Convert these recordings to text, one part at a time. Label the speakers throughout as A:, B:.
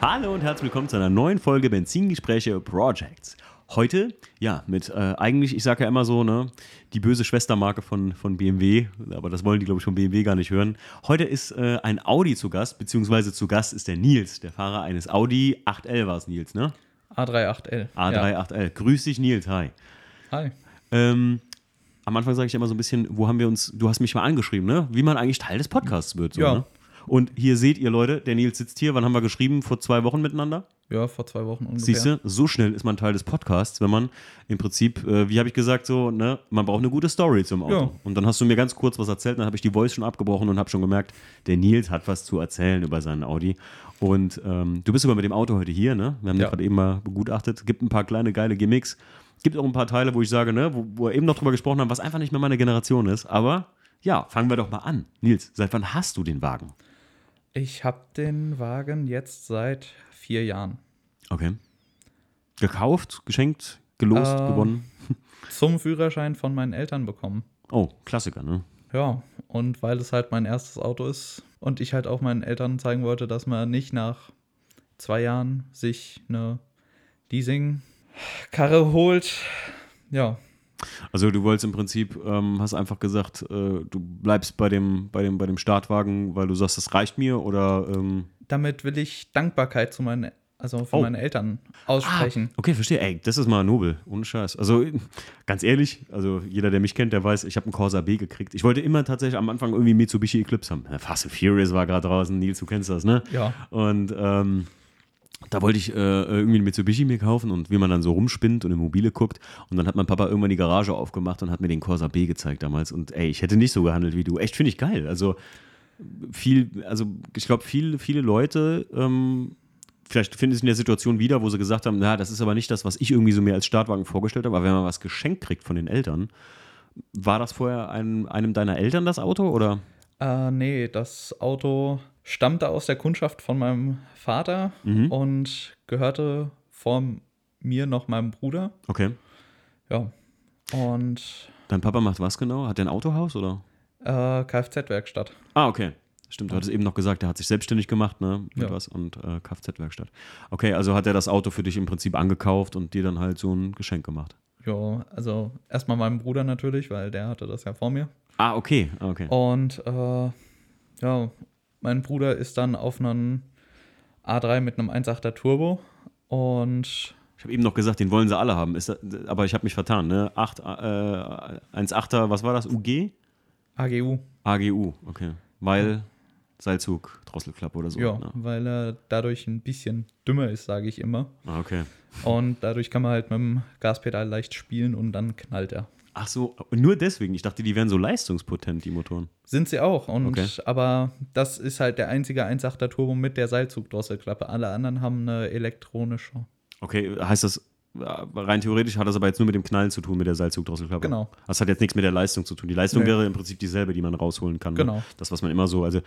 A: Hallo und herzlich willkommen zu einer neuen Folge Benzingespräche Projects. Heute, ja, mit äh, eigentlich, ich sage ja immer so, ne, die böse Schwestermarke von, von BMW, aber das wollen die, glaube ich, von BMW gar nicht hören. Heute ist äh, ein Audi zu Gast, beziehungsweise zu Gast ist der Nils, der Fahrer eines Audi 8L war es, Nils, ne?
B: A38L. Ja.
A: A38L. Grüß dich, Nils, hi.
B: Hi.
A: Ähm, am Anfang sage ich immer so ein bisschen, wo haben wir uns, du hast mich mal angeschrieben, ne? Wie man eigentlich Teil des Podcasts wird. So,
B: Ja.
A: ne? Und hier seht ihr, Leute, der Nils sitzt hier, wann haben wir geschrieben? Vor zwei Wochen miteinander?
B: Ja, vor zwei Wochen ungefähr.
A: Siehst du, so schnell ist man Teil des Podcasts, wenn man im Prinzip, äh, wie habe ich gesagt, so, ne, man braucht eine gute Story zum Auto.
B: Ja.
A: Und dann hast du mir ganz kurz was erzählt, dann habe ich die Voice schon abgebrochen und habe schon gemerkt, der Nils hat was zu erzählen über seinen Audi. Und ähm, du bist sogar mit dem Auto heute hier, ne? Wir haben den
B: Ja.
A: gerade eben mal begutachtet. Gibt ein paar kleine geile Gimmicks. Gibt auch ein paar Teile, wo ich sage, ne, wo, wo wir eben noch drüber gesprochen haben, was einfach nicht mehr meine Generation ist. Aber ja, fangen wir doch mal an. Nils, seit wann hast du den Wagen?
B: Ich habe den Wagen jetzt seit vier Jahren.
A: Okay. Gekauft, geschenkt, gelost,
B: Ähm,
A: gewonnen.
B: Zum Führerschein von meinen Eltern bekommen.
A: Oh, Klassiker, ne?
B: Ja, und weil es halt mein erstes Auto ist und ich halt auch meinen Eltern zeigen wollte, dass man nicht nach zwei Jahren sich eine Leasing-Karre holt. Ja,
A: Also du wolltest im Prinzip, ähm, hast einfach gesagt, äh, du bleibst bei dem, bei, dem, bei dem Startwagen, weil du sagst, das reicht mir oder ähm,
B: damit will ich Dankbarkeit zu meinen, also für
A: Oh.
B: meine Eltern
A: Ah,
B: aussprechen.
A: okay, verstehe. Ey, das ist mal nobel, ohne Scheiß. Also ganz ehrlich, also jeder, der mich kennt, der weiß, ich habe einen Corsa B gekriegt. Ich wollte immer tatsächlich am Anfang irgendwie Mitsubishi Eclipse haben. Ja, Fast and Furious war gerade draußen, Nils, du kennst das, ne?
B: Ja.
A: Und ähm, da wollte ich äh, irgendwie einen Mitsubishi mir kaufen und wie man dann so rumspinnt und Immobile guckt. Und dann hat mein Papa irgendwann die Garage aufgemacht und hat mir den Corsa B gezeigt damals. Und ey, ich hätte nicht so gehandelt wie du. Echt, finde ich geil. Also viel, also ich glaube, viel, viele Leute ähm, vielleicht finden es in der Situation wieder, wo sie gesagt haben, na, das ist aber nicht das, was ich irgendwie so mir als Startwagen vorgestellt habe, aber wenn man was geschenkt kriegt von den Eltern, war das vorher einem, einem deiner Eltern das Auto oder?
B: Äh, nee, das Auto stammte aus der Kundschaft von meinem Vater und gehörte vor mir noch meinem Bruder.
A: Okay.
B: Ja. Und
A: Dein Papa macht was genau? Hat der ein Autohaus oder?
B: äh, Kfz-Werkstatt.
A: Ah, okay. Stimmt, du hattest eben noch gesagt, der hat sich selbstständig gemacht, ne? Mit
B: Ja.
A: was und äh, Kfz-Werkstatt. Okay, also hat er das Auto für dich im Prinzip angekauft und dir dann halt so ein Geschenk gemacht.
B: Ja, also erstmal meinem Bruder natürlich, weil der hatte das ja vor mir.
A: Ah, okay, ah, okay.
B: Und äh, ja, mein Bruder ist dann auf einen A3 mit einem 1.8er Turbo und
A: Ich habe eben noch gesagt, den wollen sie alle haben, ist, das- aber ich habe mich vertan, ne? 8, äh, 1,8er, was war das? UG?
B: AGU.
A: AGU, okay. Weil Seilzug, Drosselklappe oder so.
B: Ja,
A: ne?
B: weil er dadurch ein bisschen dümmer ist, sage ich immer.
A: Ah, okay.
B: Und dadurch kann man halt mit dem Gaspedal leicht spielen und dann knallt er.
A: Ach so, nur deswegen. Ich dachte, die wären so leistungspotent, die Motoren.
B: Sind sie auch. Und,
A: Okay.
B: Aber das ist halt der einzige 1.8er Turbo mit der Seilzugdrosselklappe. Alle anderen haben eine elektronische.
A: Okay, heißt das, äh, rein theoretisch hat das aber jetzt nur mit dem Knallen zu tun, mit der Seilzugdrosselklappe.
B: Genau.
A: Das hat jetzt nichts mit der Leistung zu tun. Die Leistung
B: Nee.
A: wäre im Prinzip dieselbe, die man rausholen kann. Ne?
B: Genau.
A: Das, was man immer so, also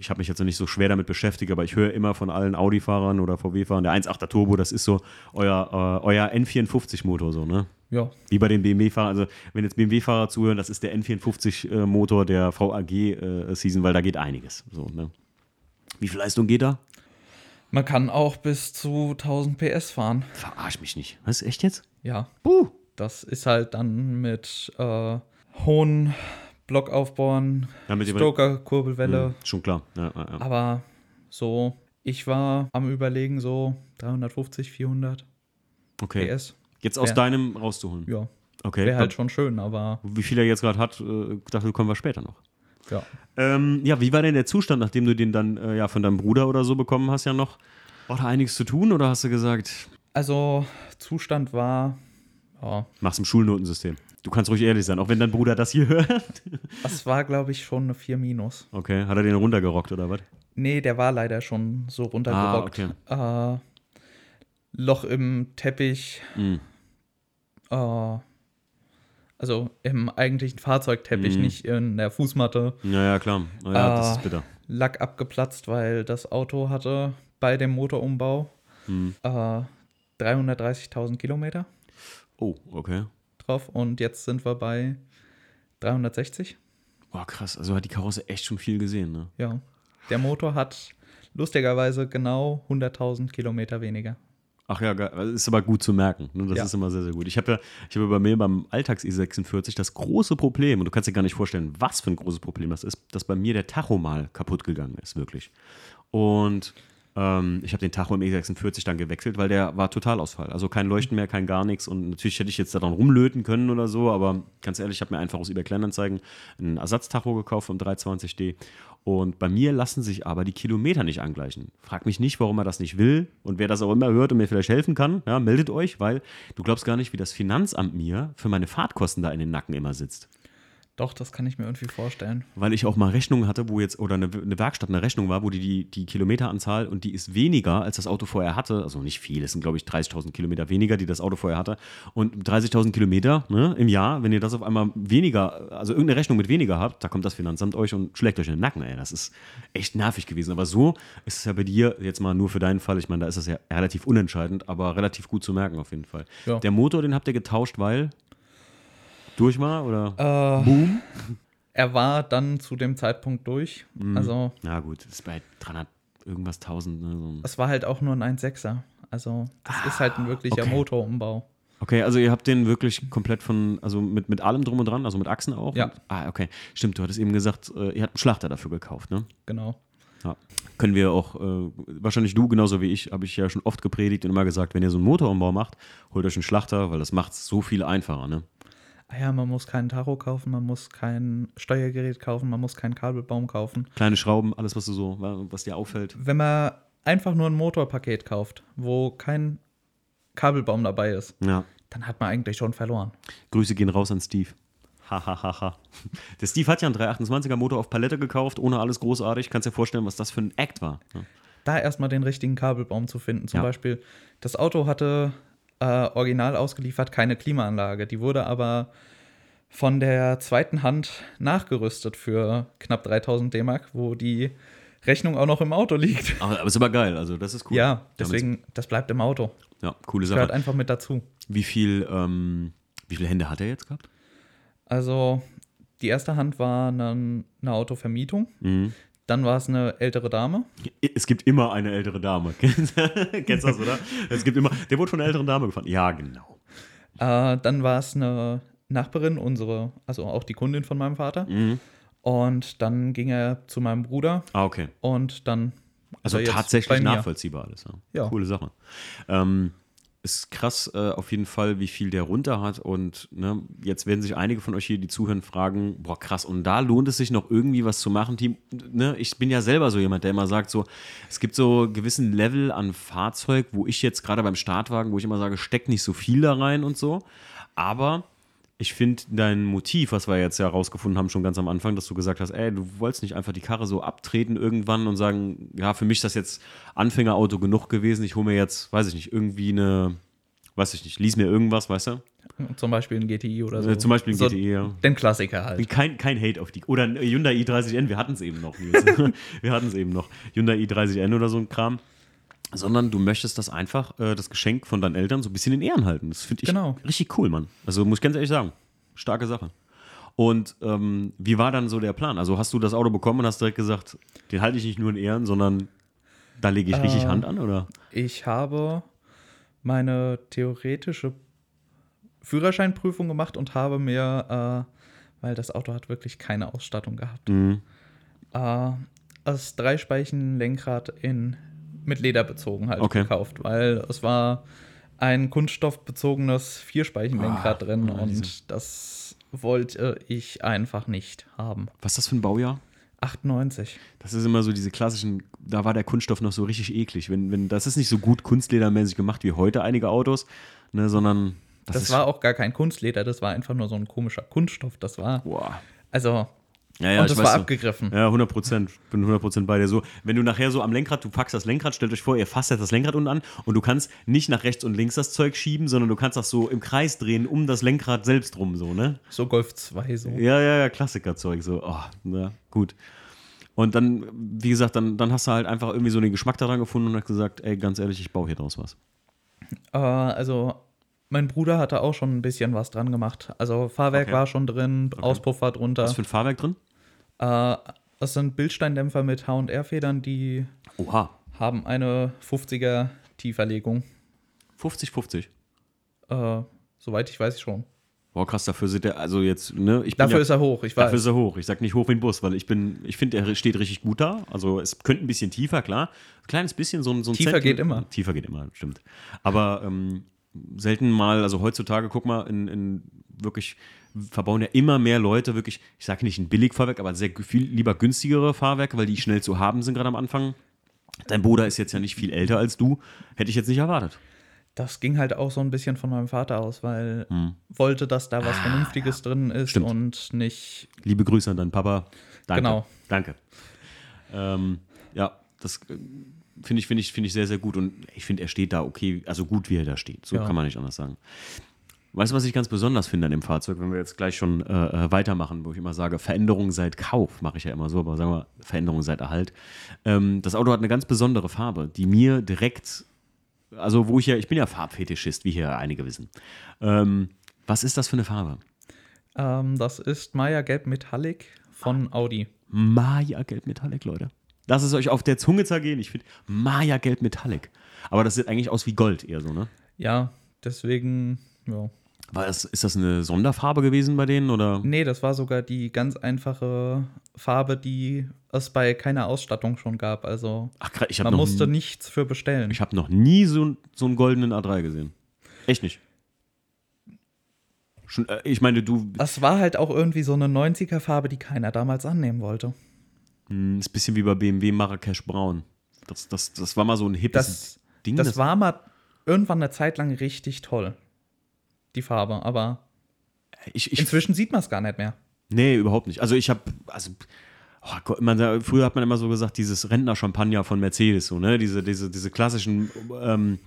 A: ich habe mich jetzt noch nicht so schwer damit beschäftigt, aber ich höre immer von allen Audi-Fahrern oder VW-Fahrern, der 1.8er Turbo, das ist so euer, äh, euer N54-Motor, so, ne?
B: Ja,
A: Wie bei den BMW-Fahrern, also wenn jetzt BMW-Fahrer zuhören, das ist der N54-Motor der VAG-Season, äh, weil da geht einiges. So, ne? Wie viel Leistung geht da?
B: man kann auch bis zu 1000 PS fahren.
A: Verarsch mich nicht. Was, echt jetzt?
B: Ja,
A: Buh.
B: das ist halt dann mit äh, hohen Blockaufbauen,
A: Ja, mit über- Hm.
B: Stoker-Kurbelwelle.
A: Schon klar. Ja, ja, ja.
B: Aber so, ich war am Überlegen so 350, 400
A: Okay.
B: PS.
A: Jetzt aus
B: Ja.
A: deinem rauszuholen.
B: Ja,
A: Okay.
B: wäre halt schon schön, aber
A: Wie viel er jetzt gerade hat, äh, dachte, kommen wir später noch.
B: ja.
A: Ähm, ja, wie war denn der Zustand, nachdem du den dann äh, ja von deinem Bruder oder so bekommen hast, ja noch? War da einiges zu tun oder hast du gesagt,
B: Also, Zustand war. Ja,
A: mach's im Schulnotensystem? Du kannst ruhig ehrlich sein, auch wenn dein Bruder das hier hört.
B: das war, glaube ich, schon eine 4 minus.
A: Okay, hat er den runtergerockt oder was? Ah,
B: Nee, der war leider schon so runtergerockt. äh, Loch im Teppich.
A: Mhm.
B: Äh, also im eigentlichen Fahrzeugteppich,
A: Mhm.
B: nicht in der Fußmatte.
A: Ja, ja, klar. Na Ja,
B: Ah.
A: das ist bitter.
B: Lack abgeplatzt, weil das Auto hatte bei dem Motorumbau
A: Mhm.
B: äh, 330.000 Kilometer
A: Oh, okay.
B: drauf und jetzt sind wir bei 360.
A: Boah, krass. Also hat die Karosse echt schon viel gesehen, ne?
B: Ja. Der Motor hat Lustigerweise genau 100.000 Kilometer weniger.
A: Ach ja, geil. Das ist aber gut zu merken. Ne? Das
B: Ja.
A: ist immer sehr, sehr gut. Ich habe ja, ich habe ja bei mir beim Alltags-E46 das große Problem, und du kannst dir gar nicht vorstellen, was für ein großes Problem das ist, dass bei mir der Tacho mal kaputt gegangen ist, wirklich. Und ähm, ich habe den Tacho im E46 dann gewechselt, weil der war Totalausfall. Also kein Leuchten mehr, kein gar nichts. Und natürlich hätte ich jetzt daran rumlöten können oder so, aber ganz ehrlich, ich habe mir einfach aus eBay Kleinanzeigen einen Ersatztacho gekauft vom 320D. Und bei mir lassen sich aber die Kilometer nicht angleichen. Frag mich nicht, warum er das nicht will. Und wer das auch immer hört und mir vielleicht helfen kann, ja, meldet euch, weil du glaubst gar nicht, wie das Finanzamt mir für meine Fahrtkosten da in den Nacken immer sitzt
B: Doch, das kann ich mir irgendwie vorstellen.
A: weil ich auch mal Rechnungen hatte, wo jetzt, oder eine, eine Werkstatt eine Rechnung war, wo die, die die Kilometeranzahl und die ist weniger, als das Auto vorher hatte. Also nicht viel, es sind glaube ich 30.000 Kilometer weniger, die das Auto vorher hatte. Und 30.000 Kilometer ne, im Jahr, wenn ihr das auf einmal weniger, also irgendeine Rechnung mit weniger habt, da kommt das Finanzamt euch und schlägt euch in den Nacken, ey. Das ist echt nervig gewesen. Aber so ist es ja bei dir, jetzt mal nur für deinen Fall, ich meine, da ist das ja relativ unentscheidend, aber relativ gut zu merken auf jeden Fall.
B: Ja.
A: Der Motor, den habt ihr getauscht, weil. Durch mal oder?
B: Äh,
A: Boom.
B: er war dann zu dem Zeitpunkt durch. Also,
A: Na gut, ist bei 300 irgendwas 1000. Ne, so. ein-
B: es war halt auch nur ein 1,6er. Also, das ist halt ein wirklicher
A: okay.
B: Motorumbau.
A: Okay, also ihr habt den wirklich komplett von, also mit, mit allem drum und dran, also mit Achsen auch?
B: Ja.
A: Und, ah, okay. Stimmt, du hattest eben gesagt, äh, ihr habt einen Schlachter dafür gekauft, ne?
B: Genau.
A: Ja. Können wir auch, äh, wahrscheinlich du genauso wie ich, habe ich ja schon oft gepredigt und immer gesagt, wenn ihr so einen Motorumbau macht, holt euch einen Schlachter, weil das macht es so viel einfacher, ne?
B: Ah ja, man muss keinen Tarot kaufen, man muss kein Steuergerät kaufen, man muss keinen Kabelbaum kaufen.
A: Kleine Schrauben, alles, was du so, was dir auffällt.
B: Wenn man einfach nur ein Motorpaket kauft, wo kein Kabelbaum dabei ist,
A: Ja.
B: dann hat man eigentlich schon verloren.
A: Grüße gehen raus an Steve. Hahaha. Der Steve hat ja einen 328er Motor auf Palette gekauft, ohne alles großartig. Kannst dir vorstellen, was das für ein Act war. Ne?
B: Da erstmal den richtigen Kabelbaum zu finden. Zum
A: Ja.
B: Beispiel, das Auto hatte äh, original ausgeliefert keine Klimaanlage. Die wurde aber von der zweiten Hand nachgerüstet für knapp 3000 D-Mark, wo die Rechnung auch noch im Auto liegt.
A: Aber, aber ist aber geil, also das ist cool.
B: Ja, deswegen, das bleibt im Auto.
A: Ja, coole
B: Gehört
A: Sache.
B: einfach mit dazu.
A: Wie viel, ähm, wie viele Hände hat er jetzt gehabt?
B: Also die erste Hand war eine, eine Autovermietung,
A: Mhm.
B: dann war es eine ältere Dame.
A: Es gibt immer eine ältere Dame. Kennst du das, oder? Es gibt immer, der wurde von einer älteren Dame gefahren. Ja, genau.
B: Äh, dann war es eine Nachbarin, unsere, also auch die Kundin von meinem Vater.
A: Mhm.
B: Und dann ging er zu meinem Bruder
A: Ah, okay.
B: und dann.
A: Also
B: jetzt
A: tatsächlich
B: bei mir.
A: nachvollziehbar alles. Ja.
B: Ja.
A: Coole Sache. Ähm, ist krass äh, auf jeden Fall, wie viel der runter hat. Und ne, jetzt werden sich einige von euch hier, die zuhören, fragen: Boah, krass, und da lohnt es sich noch irgendwie was zu machen, Team. Ne, ich bin ja selber so jemand, der immer sagt: so, Es gibt so gewissen Level an Fahrzeug, wo ich jetzt gerade beim Startwagen, wo ich immer sage, steckt nicht so viel da rein und so. Aber ich finde dein Motiv, was wir jetzt ja rausgefunden haben, schon ganz am Anfang, dass du gesagt hast, ey, du wolltest nicht einfach die Karre so abtreten irgendwann und sagen, ja, für mich ist das jetzt Anfängerauto genug gewesen, ich hole mir jetzt, weiß ich nicht, irgendwie eine, weiß ich nicht, lies mir irgendwas, weißt du?
B: Zum Beispiel ein GTI oder so.
A: Äh, zum Beispiel ein
B: so
A: GTI, ja.
B: Den Klassiker halt.
A: Kein, kein Hate auf die. Oder ein Hyundai i30N, wir hatten es eben noch. Nils. wir hatten es eben noch. Hyundai i30N oder so ein Kram. Sondern du möchtest das einfach, äh, das Geschenk von deinen Eltern, so ein bisschen in Ehren halten. Das finde ich
B: Genau.
A: richtig cool, Mann. Also muss ich ganz ehrlich sagen. Starke Sache. Und ähm, wie war dann so der Plan? Also hast du das Auto bekommen und hast direkt gesagt, den halte ich nicht nur in Ehren, sondern da lege ich richtig Hand an, oder?
B: Ich habe meine theoretische Führerscheinprüfung gemacht und habe mir, äh, weil das Auto hat wirklich keine Ausstattung gehabt,
A: Mhm.
B: äh, das Dreispeichen-Lenkrad in mit Leder bezogen halt
A: Okay.
B: gekauft, weil es war ein kunststoffbezogenes
A: Ah,
B: Vierspeichen-Lenkrad drin und das wollte ich einfach nicht haben.
A: Was ist das für ein Baujahr?
B: 98.
A: Das ist immer so diese klassischen, da war der Kunststoff noch so richtig eklig. Wenn, wenn, das ist nicht so gut kunstledermäßig gemacht wie heute einige Autos, ne, sondern das,
B: Das,
A: ist,
B: war auch gar kein Kunstleder, das war einfach nur so ein komischer Kunststoff. Das war.
A: boah.
B: Also,
A: Ja, Oh. ja,
B: und
A: ich
B: das
A: weiß
B: war
A: so.
B: abgegriffen.
A: Ja, 100 Prozent. Bin 100 Prozent bei dir. So, wenn du nachher so am Lenkrad, du packst das Lenkrad, stellt euch vor, ihr fasst jetzt das Lenkrad unten an und du kannst nicht nach rechts und links das Zeug schieben, sondern du kannst das so im Kreis drehen, um das Lenkrad selbst rum, so, ne?
B: So Golf 2 so.
A: Ja, ja, ja, Klassikerzeug, so, oh, na, gut. Und dann, wie gesagt, dann, dann hast du halt einfach irgendwie so den Geschmack daran gefunden und hast gesagt, ey, ganz ehrlich, ich baue hier draus was.
B: Äh, also, mein Bruder hatte auch schon ein bisschen was dran gemacht. Also, Fahrwerk
A: Okay.
B: war schon drin, Auspuff war drunter.
A: Was für ein Fahrwerk drin?
B: Äh, Das sind Bildsteindämpfer mit H&R-Federn, die
A: Oha,
B: haben eine 50er Tieferlegung.
A: 50-50.
B: Äh, soweit ich weiß schon.
A: Boah, krass, dafür sind der, also jetzt, ne? Ich bin
B: Dafür
A: ja,
B: ist er hoch, ich
A: dafür
B: weiß.
A: ist er hoch. Ich sag nicht hoch wie ein Bus, weil ich bin, ich finde, er steht richtig gut da. Also es könnte ein bisschen tiefer, klar. Ein kleines bisschen, so ein, so ein
B: Tiefer geht immer.
A: Tiefer geht immer, stimmt. Aber ähm, selten mal, also heutzutage, guck mal, in, in wirklich verbauen ja immer mehr Leute wirklich, ich sag nicht ein Billigfahrwerk, aber sehr viel lieber günstigere Fahrwerke, weil die schnell zu haben sind gerade am Anfang. Dein Bruder ist jetzt ja nicht viel älter als du. Hätte ich jetzt nicht erwartet.
B: das ging halt auch so ein bisschen von meinem Vater aus, weil wollte, dass da was Vernünftiges drin ist
A: Hm. Ah, Stimmt.
B: und nicht.
A: Liebe Grüße an deinen Papa. Danke.
B: Genau.
A: Danke. Ähm, ja, das äh, finde ich, finde ich, finde ich sehr, sehr gut. Und ich finde, er steht da okay, also gut, wie er da steht. So
B: Ja.
A: kann man nicht anders sagen. Weißt du, was ich ganz besonders finde an dem Fahrzeug, wenn wir jetzt gleich schon äh, äh, weitermachen, wo ich immer sage, Veränderung seit Kauf, mache ich ja immer so, aber sagen wir, Veränderung seit Erhalt. Ähm, das Auto hat eine ganz besondere Farbe, die mir direkt, also wo ich ja, ich bin ja Farbfetischist, wie hier einige wissen. Ähm, was ist das für eine Farbe?
B: Ähm, das ist Maya Gelb Metallic von
A: Ah.
B: Audi.
A: Maya Gelb Metallic, Leute. Lasst es euch auf der Zunge zergehen. Ich finde Maya Gelb Metallic. Aber das sieht eigentlich aus wie Gold eher so, ne?
B: Ja, deswegen, ja.
A: War das, ist das eine Sonderfarbe gewesen bei denen oder?
B: Nee, das war sogar die ganz einfache Farbe, die es bei keiner Ausstattung schon gab. Also
A: Ach, krass, ich habe
B: man
A: noch,
B: musste nichts für bestellen.
A: ich hab noch nie so, so einen goldenen A3 gesehen. Echt nicht. Schon, äh, ich meine, du
B: Das war halt auch irgendwie so eine 90er-Farbe, die keiner damals annehmen wollte.
A: mh, ähm, ist ein bisschen wie bei BMW Marrakesch Braun. Das, das, das war mal so ein hippes
B: Das,
A: Ding.
B: das war mal irgendwann eine Zeit lang richtig toll, die Farbe. Aber
A: ich, ich
B: inzwischen sieht man es gar nicht mehr.
A: Nee, überhaupt nicht. Also ich habe, also oh Gott, man, sagt- früher hat man immer so gesagt, dieses Rentner-Champagner von Mercedes, so, ne? Diese, diese, diese klassischen, ähm,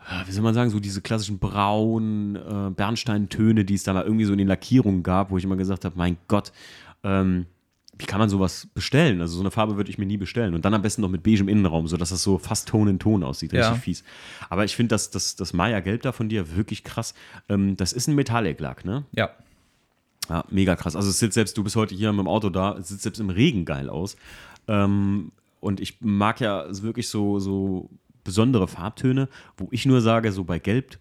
A: äh, wie soll man sagen, so diese klassischen braunen äh, Bernsteintöne, die es da mal irgendwie so in den Lackierungen gab, wo ich immer gesagt habe, mein Gott, ähm, wie kann man sowas bestellen? Also so eine Farbe würde ich mir nie bestellen. Und dann am besten noch mit beigem Innenraum, sodass das so fast Ton in Ton aussieht. Richtig
B: Ja.
A: fies. Aber ich finde das, das, das Maya-Gelb da von dir wirklich krass. Ähm, das ist ein Metallic-Lack, ne?
B: Ja.
A: Ja, mega krass. Also es sitzt selbst, du bist heute hier mit dem Auto da, es sieht selbst im Regen geil aus. Ähm, und ich mag ja wirklich so, so besondere Farbtöne, wo ich nur sage, so bei Gelb,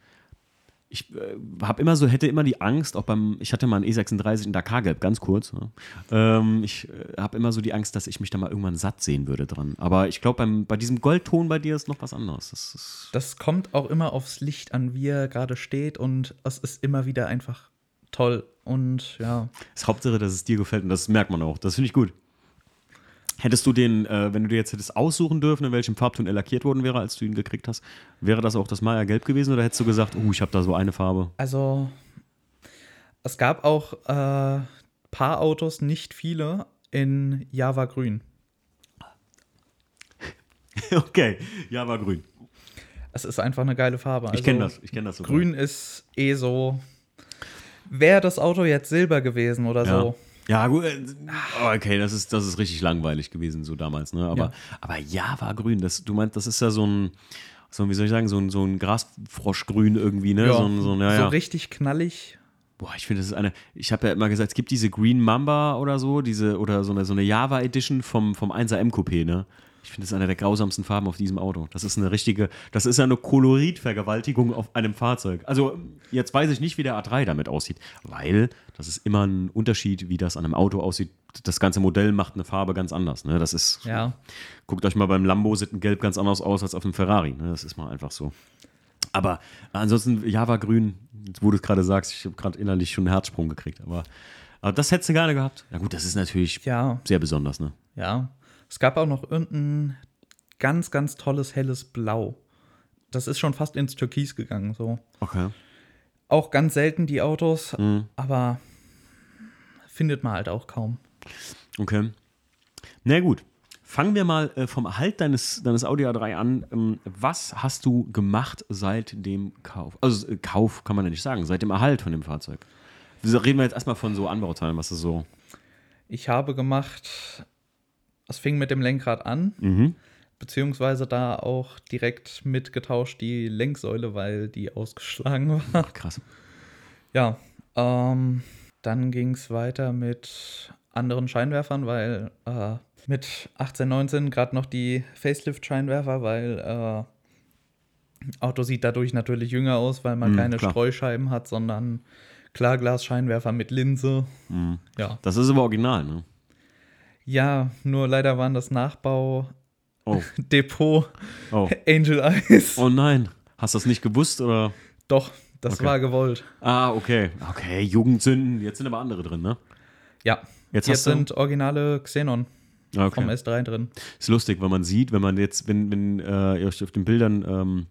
A: ich äh, habe immer so, hätte immer die Angst, auch beim, ich hatte mal einen E36 in Dakar-Gelb, ganz kurz. Ne? Ähm, ich äh, habe immer so die Angst, dass ich mich da mal irgendwann satt sehen würde dran. Aber ich glaube, bei diesem Goldton bei dir ist noch was anderes. Das ist,
B: Das kommt auch immer aufs Licht an, wie er gerade steht. Und es ist immer wieder einfach toll. Und ja,
A: Das Hauptsache, dass es dir gefällt und das merkt man auch. Das finde ich gut. Hättest du den, äh, wenn du dir jetzt hättest aussuchen dürfen, in welchem Farbton er lackiert worden wäre, als du ihn gekriegt hast, wäre das auch das Maya Gelb gewesen oder hättest du gesagt, oh, ich habe da so eine Farbe?
B: also es gab auch äh, paar Autos, nicht viele, in Java Grün.
A: okay, ja, war grün.
B: Es ist einfach eine geile Farbe.
A: Ich
B: Also,
A: kenne das, ich kenne das sogar.
B: Grün ist eh so. Wäre das Auto jetzt silber gewesen oder
A: ja.
B: so?
A: Ja, gut. äh, Okay, das ist, das ist richtig langweilig gewesen, so damals, ne? Aber,
B: Ja.
A: aber ja, war grün. Das, du meinst, das ist ja so ein, so ein, wie soll ich sagen, so ein, so ein Grasfroschgrün irgendwie, ne? So ein, so ein, ja,
B: so
A: ja.
B: richtig knallig.
A: Boah, ich finde, das ist eine. Ich habe ja immer gesagt, es gibt diese Green Mamba oder so, diese oder so eine, so eine Java Edition vom, vom 1er M-Coupé, ne? Ich finde, das ist eine der grausamsten Farben auf diesem Auto. Das ist eine richtige, das ist eine Koloritvergewaltigung auf einem Fahrzeug. Also, jetzt weiß ich nicht, wie der A3 damit aussieht, weil das ist immer ein Unterschied, wie das an einem Auto aussieht. Das ganze Modell macht eine Farbe ganz anders, ne? Das ist,
B: Ja.
A: guckt euch mal beim Lambo, sieht ein Gelb ganz anders aus als auf einem Ferrari, ne? Das ist mal einfach so. Aber ansonsten, Java Grün, jetzt, wo du es gerade sagst, ich habe gerade innerlich schon einen Herzsprung gekriegt. Aber, aber das hättest du gerne gehabt. Na gut, das ist natürlich
B: Ja,
A: sehr besonders, ne?
B: ja. Es gab auch noch irgendein ganz, ganz tolles helles Blau. Das ist schon fast ins Türkis gegangen, so.
A: Okay.
B: Auch ganz selten die Autos,
A: Mhm.
B: aber findet man halt auch kaum.
A: Okay. Na gut. Fangen wir mal äh, vom Erhalt deines, deines Audi A3 an. Ähm, was hast du gemacht seit dem Kauf? Also äh, Kauf kann man ja nicht sagen, seit dem Erhalt von dem Fahrzeug. Wieso Reden wir jetzt erstmal von so Anbauteilen, was ist so.
B: Ich habe gemacht, es fing mit dem Lenkrad an,
A: Mhm.
B: beziehungsweise da auch direkt mitgetauscht die Lenksäule, weil die ausgeschlagen war.
A: Krass.
B: Ja, ähm, dann ging es weiter mit anderen Scheinwerfern, weil äh, mit 18, 19 gerade noch die Facelift-Scheinwerfer, weil äh, Auto sieht dadurch natürlich jünger aus, weil man
A: Mm,
B: keine
A: klar.
B: Streuscheiben hat, sondern Klarglas-Scheinwerfer mit Linse.
A: Mhm.
B: Ja.
A: Das ist aber original, ne?
B: Ja, nur leider waren das Nachbau
A: Oh,
B: Depot
A: oh.
B: Angel Eyes.
A: Oh nein. Hast du das nicht gewusst oder?
B: Doch, das
A: Okay.
B: war gewollt.
A: Ah, okay. Okay, Jugendsünden. Jetzt sind aber andere drin, ne?
B: Ja,
A: Jetzt,
B: jetzt
A: hast du.
B: sind originale Xenon
A: Ah,
B: vom
A: okay.
B: S3 drin.
A: Ist lustig, weil man sieht, wenn man jetzt, wenn, wenn äh, ihr euch auf den Bildern ähm,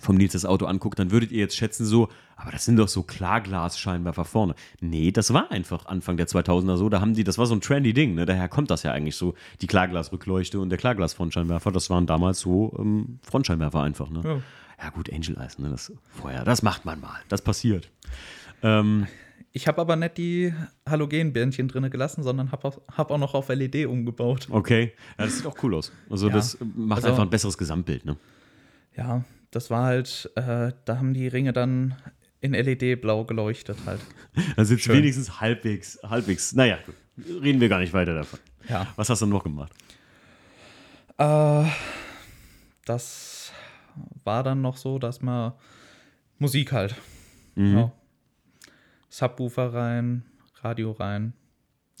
A: vom Nils das Auto anguckt, dann würdet ihr jetzt schätzen so, aber das sind doch so Klarglasscheinwerfer vorne. Nee, das war einfach Anfang der 2000er so, da haben die, das war so ein trendy Ding, ne? daher kommt das ja eigentlich so, die Klarglasrückleuchte und der Klarglasfrontscheinwerfer, das waren damals so ähm, Frontscheinwerfer einfach. Ne?
B: Ja.
A: Ja gut, Angel Eyes, ne? das vorher, das macht man mal, das passiert. Ähm,
B: Ich habe aber nicht die Halogenbändchen drin gelassen, sondern habe auch, hab auch noch auf LED umgebaut.
A: okay, ja, das sieht auch cool aus. Also
B: Ja.
A: das macht
B: Also-
A: einfach ein besseres Gesamtbild. Ne?
B: Ja, das war halt, äh, da haben die Ringe dann in LED-blau geleuchtet halt.
A: Dann sitzt
B: Schön.
A: wenigstens halbwegs, halbwegs. Naja, gut. reden wir gar nicht weiter davon.
B: Ja.
A: Was hast du noch gemacht?
B: Äh, das war dann noch so, dass man Musik halt. Ja. Subwoofer rein, Radio rein,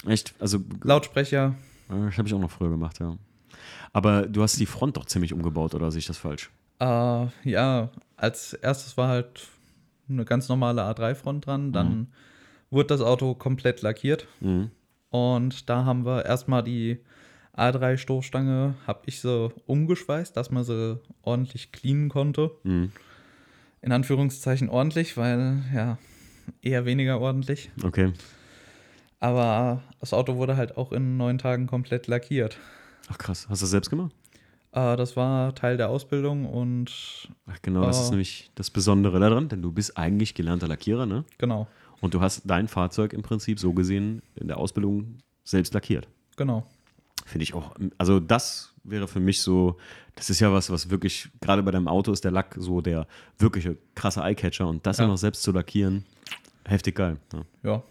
A: Echt? Also,
B: Lautsprecher.
A: das habe ich auch noch früher gemacht, ja. Aber du hast die Front doch ziemlich umgebaut, oder sehe ich das falsch?
B: Äh, ja, als erstes war halt eine ganz normale A3-Front dran. Dann wurde das Auto komplett lackiert.
A: Mhm.
B: Und da haben wir erstmal die A3-Stoßstange, habe ich sie umgeschweißt, dass man sie ordentlich cleanen konnte.
A: Mhm.
B: In Anführungszeichen ordentlich, weil ja, eher weniger ordentlich.
A: Okay.
B: Aber das Auto wurde halt auch in neun Tagen komplett lackiert.
A: Ach krass, hast du das selbst gemacht?
B: Äh, das war Teil der Ausbildung und
A: Ach genau, das ist
B: Oh.
A: nämlich das Besondere daran, denn du bist eigentlich gelernter Lackierer, ne?
B: genau,
A: Und du hast dein Fahrzeug im Prinzip so gesehen in der Ausbildung selbst lackiert.
B: genau.
A: Finde ich auch. Also, das wäre für mich so, das ist ja was, was wirklich, gerade bei deinem Auto ist der Lack so der wirkliche krasse Eyecatcher und das
B: Ja.
A: dann noch selbst zu lackieren, heftig geil. Ja.
B: Ja,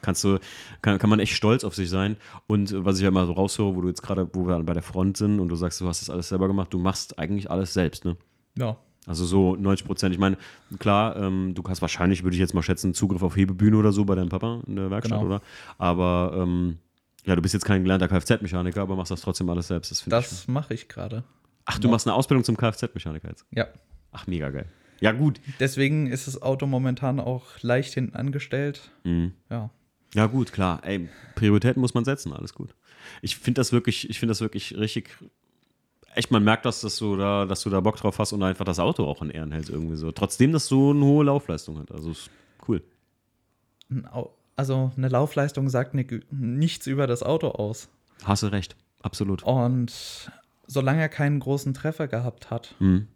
A: Kannst du, kann, kann man echt stolz auf sich sein. Und äh, was ich ja immer so raushöre, wo du jetzt gerade, wo wir bei der Front sind und du sagst, du hast das alles selber gemacht, du machst eigentlich alles selbst, ne?
B: ja,
A: Also so 90 Prozent. Ich meine, klar, ähm, du hast wahrscheinlich, würde ich jetzt mal schätzen, Zugriff auf Hebebühne oder so bei deinem Papa in der Werkstatt,
B: Genau.
A: oder? Aber ähm, ja, du bist jetzt kein gelernter Kfz-Mechaniker, aber machst das trotzdem alles selbst. Das finde ich.
B: das mache ich gerade.
A: Ach, du machst eine Ausbildung zum Kfz-Mechaniker jetzt.
B: Ja,
A: Ach, mega geil. Ja, gut.
B: deswegen ist das Auto momentan auch leicht hinten angestellt.
A: Mhm.
B: Ja,
A: Ja, gut, klar. Ey, Prioritäten muss man setzen, alles gut. Ich finde das wirklich, ich finde das wirklich richtig. Echt, man merkt das, dass du da, dass du da Bock drauf hast und einfach das Auto auch in Ehren hältst irgendwie so. Trotzdem, dass so eine hohe Laufleistung hat. Also ist cool.
B: Ein Au- also eine Laufleistung sagt ni- nichts über das Auto aus.
A: Hast du recht. Absolut.
B: Und solange er keinen großen Treffer gehabt hat,
A: Mhm.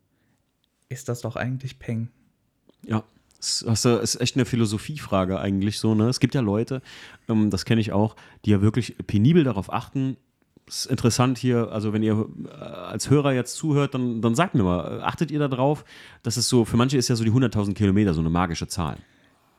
B: ist das doch eigentlich Peng.
A: Ja, es hast du- ist echt eine Philosophiefrage eigentlich so. Ne? Es gibt ja Leute, ähm, das kenne ich auch, die ja wirklich penibel darauf achten. Ist interessant hier, also wenn ihr äh, als Hörer jetzt zuhört, dann, dann sagt mir mal, äh, achtet ihr darauf, dass es so, für manche ist ja so die 100.000 Kilometer so eine magische Zahl.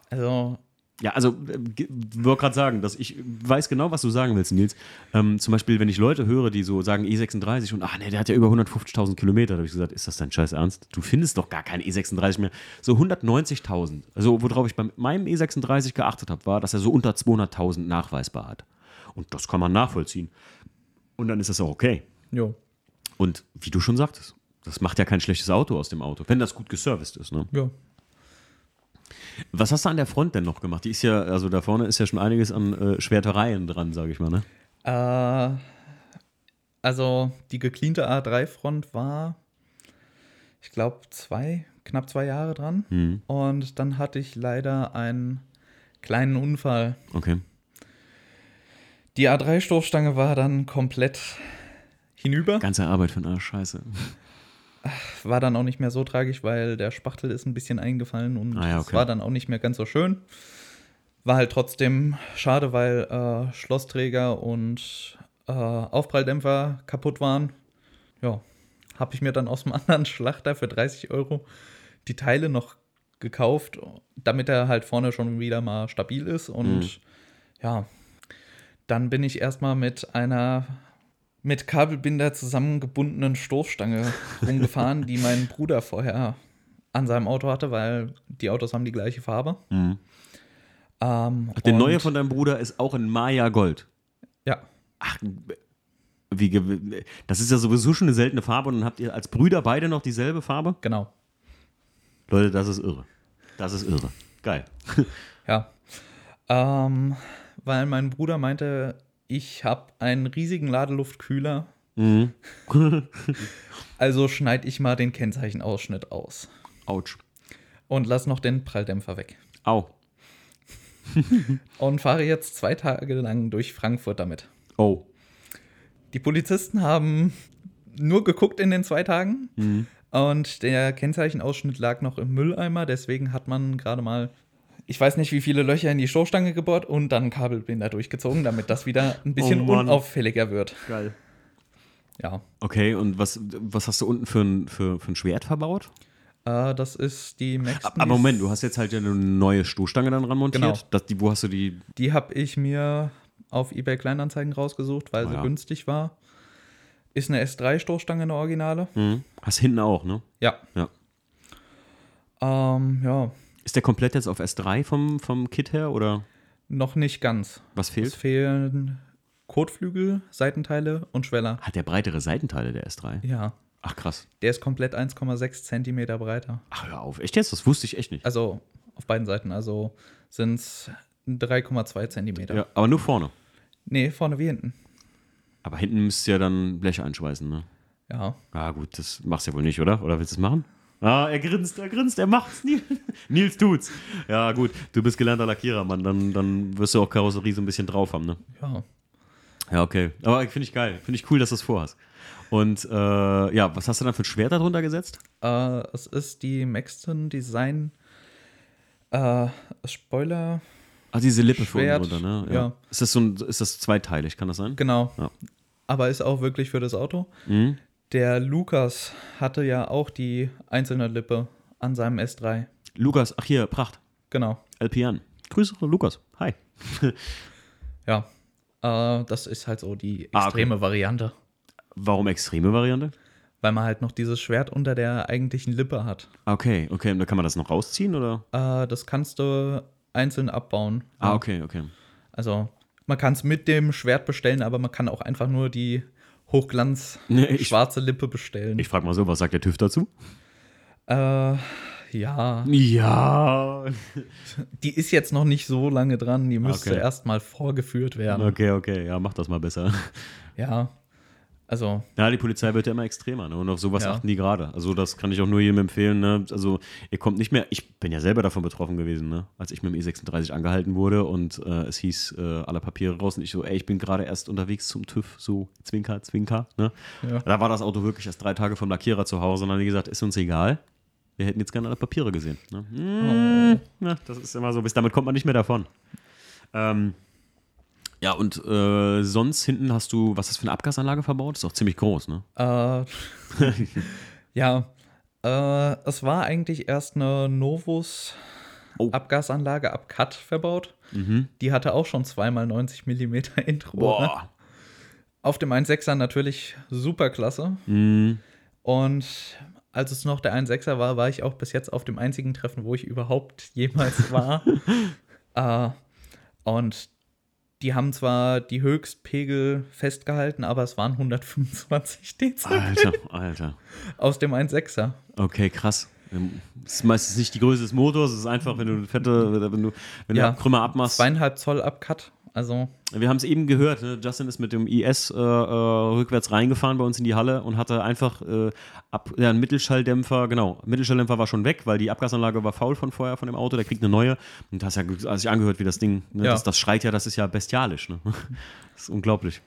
B: Also,
A: Ja, also ich wollte gerade sagen, dass ich weiß genau, was du sagen willst, Nils. Ähm, zum Beispiel, wenn ich Leute höre, die so sagen E36 und ach nee, der hat ja über 150.000 Kilometer, da habe ich gesagt, ist das dein Scheiß Ernst? Du findest doch gar keinen E36 mehr. So 190.000. Also worauf ich bei meinem E36 geachtet habe, war, dass er so unter 200.000 nachweisbar hat. Und das kann man nachvollziehen. Und dann ist das auch okay.
B: jo,
A: Und wie du schon sagtest, das macht ja kein schlechtes Auto aus dem Auto, wenn das gut geserviced ist. Ne?
B: jo.
A: Was hast du an der Front denn noch gemacht? Die ist ja, also da vorne ist ja schon einiges an äh, Schwertereien dran, sage ich mal, ne?
B: Äh, also, die gecleante A3-Front war, ich glaube, zwei, knapp zwei Jahre dran.
A: Mhm,
B: Und dann hatte ich leider einen kleinen Unfall.
A: Okay.
B: Die A3-Stoßstange war dann komplett hinüber.
A: Ganze Arbeit von Arsch, scheiße.
B: War dann auch nicht mehr so tragisch, weil der Spachtel ist ein bisschen eingefallen und
A: Ah ja,
B: es
A: okay.
B: war dann auch nicht mehr ganz so schön. War halt trotzdem schade, weil äh, Schlossträger und äh, Aufpralldämpfer kaputt waren. Ja, habe ich mir dann aus dem anderen Schlachter für 30 Euro die Teile noch gekauft, damit er halt vorne schon wieder mal
A: Mhm.
B: stabil ist. Und ja, dann bin ich erstmal mit einer mit Kabelbinder zusammengebundenen Stoßstange rumgefahren, die mein Bruder vorher an seinem Auto hatte, weil die Autos haben die gleiche Farbe.
A: Mhm.
B: Ähm,
A: Der
B: und-
A: neue von deinem Bruder ist auch in Maya Gold.
B: Ja,
A: Ach, wie, ge- das ist ja sowieso schon eine seltene Farbe und dann habt ihr als Brüder beide noch dieselbe Farbe?
B: genau.
A: Leute, das ist irre. Das ist irre. Geil.
B: Ja. Ähm, weil mein Bruder meinte, ich habe einen riesigen Ladeluftkühler,
A: Mhm.
B: also schneide ich mal den Kennzeichenausschnitt aus
A: Autsch.
B: und lass noch den Pralldämpfer weg.
A: Au.
B: Und fahre jetzt zwei Tage lang durch Frankfurt damit.
A: Oh.
B: Die Polizisten haben nur geguckt in den zwei Tagen
A: Mhm.
B: und der Kennzeichenausschnitt lag noch im Mülleimer, deswegen hat man gerade mal, ich weiß nicht, wie viele Löcher in die Stoßstange gebohrt und dann einen Kabelbinder durchgezogen, damit das wieder ein bisschen
A: Oh Mann.
B: unauffälliger wird.
A: Geil.
B: Ja.
A: Okay, und was, was hast du unten für ein, für, für ein Schwert verbaut?
B: Äh, das ist die Max.
A: Aber Moment, du hast jetzt halt ja eine neue Stoßstange dann ranmontiert.
B: Genau.
A: Das, die, wo hast du die?
B: Die habe ich mir auf eBay Kleinanzeigen rausgesucht, weil sie
A: Ah ja.
B: günstig war. Ist eine S3-Stoßstange, eine Originale.
A: Mhm. Hast hinten auch, ne?
B: Ja.
A: Ja.
B: Ähm, ja,
A: Ist der komplett jetzt auf S3 vom, vom Kit her oder
B: noch nicht ganz.
A: was
B: Es
A: fehlt?
B: fehlen Kotflügel, Seitenteile und Schweller.
A: Hat der breitere Seitenteile der S3?
B: Ja.
A: Ach krass.
B: Der ist komplett 1,6 Zentimeter breiter.
A: Ach hör auf, echt jetzt? Das wusste ich echt nicht.
B: Also auf beiden Seiten. Also sind es 3,2 Zentimeter.
A: Ja, aber nur vorne.
B: Nee, vorne wie hinten.
A: Aber hinten müsst ihr ja dann Blech einschweißen, ne?
B: Ja.
A: Ah, gut, das machst du ja wohl nicht, oder? Oder willst du es machen? Ah, er grinst, er grinst, er macht's. Nils, Nils tut's. Ja, gut, du bist gelernter Lackierer, Mann. Dann, dann wirst du auch Karosserie so ein bisschen drauf haben, ne?
B: Ja.
A: Ja, okay. Aber finde ich geil. Finde ich cool, dass du es vorhast. Und äh, ja, was hast du dann für ein Schwert darunter gesetzt?
B: Äh, es ist die Maxton Design äh, Spoiler.
A: Ah, diese Lippe
B: Schwert,
A: vorne drunter, ne?
B: ja.
A: Ist das so ein, ist das zweiteilig, kann das sein?
B: Genau.
A: Ja.
B: Aber ist auch wirklich für das Auto.
A: Mhm.
B: Der Lukas hatte ja auch die einzelne Lippe an seinem S3.
A: Lukas, ach hier, Pracht,
B: Genau.
A: LPN. Grüße, Lukas. Hi.
B: Ja. Äh, das ist halt so die
A: Ah, okay.
B: extreme Variante.
A: Warum extreme Variante?
B: Weil man halt noch dieses Schwert unter der eigentlichen Lippe hat.
A: Okay, okay. Und da kann man das noch rausziehen, oder?
B: Äh, das kannst du einzeln abbauen.
A: Ah, okay, okay.
B: Also man kann es mit dem Schwert bestellen, aber man kann auch einfach nur die Hochglanz
A: Nee, ich-
B: schwarze Lippe bestellen.
A: Ich frage mal so, was sagt der TÜV dazu?
B: Äh, ja,
A: Ja.
B: die ist jetzt noch nicht so lange dran. Die müsste
A: Ah, Okay.
B: erst mal vorgeführt werden.
A: Okay, okay, ja, mach das mal besser.
B: Ja, also
A: Ja, die Polizei wird ja immer extremer, ne? Und auf sowas
B: Ja.
A: achten die gerade. Also, das kann ich auch nur jedem empfehlen, ne? Also, ihr kommt nicht mehr. Ich bin ja selber davon betroffen gewesen, ne? Als ich mit dem E36 angehalten wurde und äh, es hieß, äh, alle Papiere raus und ich so, ey, ich bin gerade erst unterwegs zum TÜV, so Zwinker, Zwinker, ne?
B: Ja.
A: Da war das Auto wirklich erst drei Tage vom Lackierer zu Hause und dann haben die gesagt, ist uns egal. Wir hätten jetzt gerne alle Papiere gesehen. Ne?
B: Oh.
A: Mm, ja, das ist immer so. Bis damit kommt man nicht mehr davon. Ähm, ja, und äh, sonst hinten hast du, was ist das für eine Abgasanlage verbaut? Ist auch ziemlich groß, ne?
B: äh, ja, äh, es war eigentlich erst eine Novus
A: Oh.
B: Abgasanlage ab Cut verbaut.
A: Mhm.
B: Die hatte auch schon zweimal 90 mm Intro.
A: Boah.
B: Auf dem 1.6er natürlich super klasse.
A: Mhm.
B: Und als es noch der 1.6er war, war ich auch bis jetzt auf dem einzigen Treffen, wo ich überhaupt jemals war. äh, und die haben zwar die Höchstpegel festgehalten, aber es waren 125 Dezibel
A: Alter, Alter.
B: aus dem 1.6er.
A: Okay, krass. Ähm, Das ist meistens nicht die Größe des Motors, es ist einfach, wenn du eine fette, wenn du, wenn
B: Ja.
A: du Krümmer abmachst.
B: Zweieinhalb Zoll Abcut. Also,
A: Wir haben es eben gehört, ne? Justin ist mit dem IS äh, äh, rückwärts reingefahren bei uns in die Halle und hatte einfach äh, ab, ja, einen Mittelschalldämpfer, genau, Mittelschalldämpfer war schon weg, weil die Abgasanlage war faul von vorher von dem Auto, der kriegt eine neue und hast ja als ich angehört, wie das Ding, ne?
B: Ja.
A: das, das schreit ja, das ist ja bestialisch, ne? Das ist unglaublich.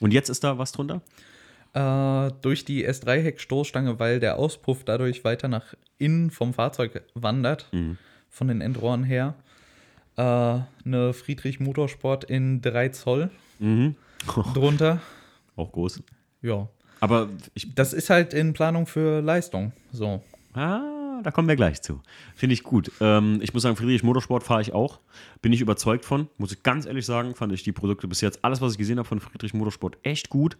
A: Und jetzt ist da was drunter?
B: äh, durch die S3-Heck-Stoßstange, weil der Auspuff dadurch weiter nach innen vom Fahrzeug wandert, von den Endrohren her. Äh, eine Friedrich Motorsport in 3 Zoll
A: Mhm.
B: drunter.
A: Auch groß.
B: Ja.
A: Aber ich.
B: Das ist halt in Planung für Leistung. So.
A: Ah, da kommen wir gleich zu. Finde ich gut. Ähm, ich muss sagen, Friedrich Motorsport fahre ich auch. Bin ich überzeugt von. Muss ich ganz ehrlich sagen, fand ich die Produkte bis jetzt, alles, was ich gesehen habe von Friedrich Motorsport, echt gut.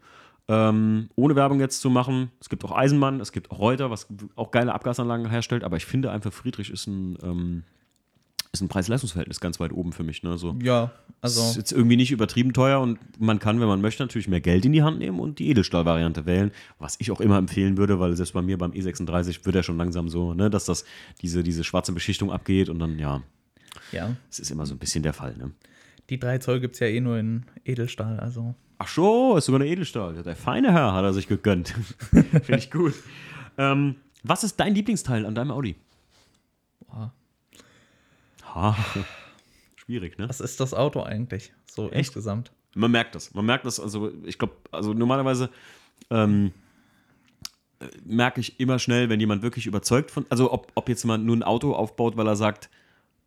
A: Ähm, ohne Werbung jetzt zu machen. Es gibt auch Eisenmann, es gibt auch Reuter, was auch geile Abgasanlagen herstellt. Aber ich finde einfach, Friedrich ist ein, ähm, ist ein Preis-Leistungs-Verhältnis ganz weit oben für mich. Ne? So,
B: Ja,
A: ist
B: also
A: jetzt irgendwie nicht übertrieben teuer und man kann, wenn man möchte, natürlich mehr Geld in die Hand nehmen und die Edelstahl-Variante wählen, was ich auch immer empfehlen würde, weil selbst bei mir beim E36 wird er schon langsam so, ne, dass das diese, diese schwarze Beschichtung abgeht und dann, ja,
B: ja.
A: es ist immer so ein bisschen der Fall. Ne?
B: Die drei Zoll gibt es ja eh nur in Edelstahl, also
A: Ach so, ist sogar eine Edelstahl. Ja, Der feine Herr hat er sich gegönnt. Finde ich gut. Ähm, was ist dein Lieblingsteil an deinem Audi?
B: boah,
A: Ha. Schwierig, ne?
B: was ist das Auto eigentlich? So
A: Echt?
B: insgesamt.
A: Man merkt das. Man merkt das, also ich glaube, also normalerweise ähm, äh, merke ich immer schnell, wenn jemand wirklich überzeugt von, also ob, ob jetzt jemand nur ein Auto aufbaut, weil er sagt,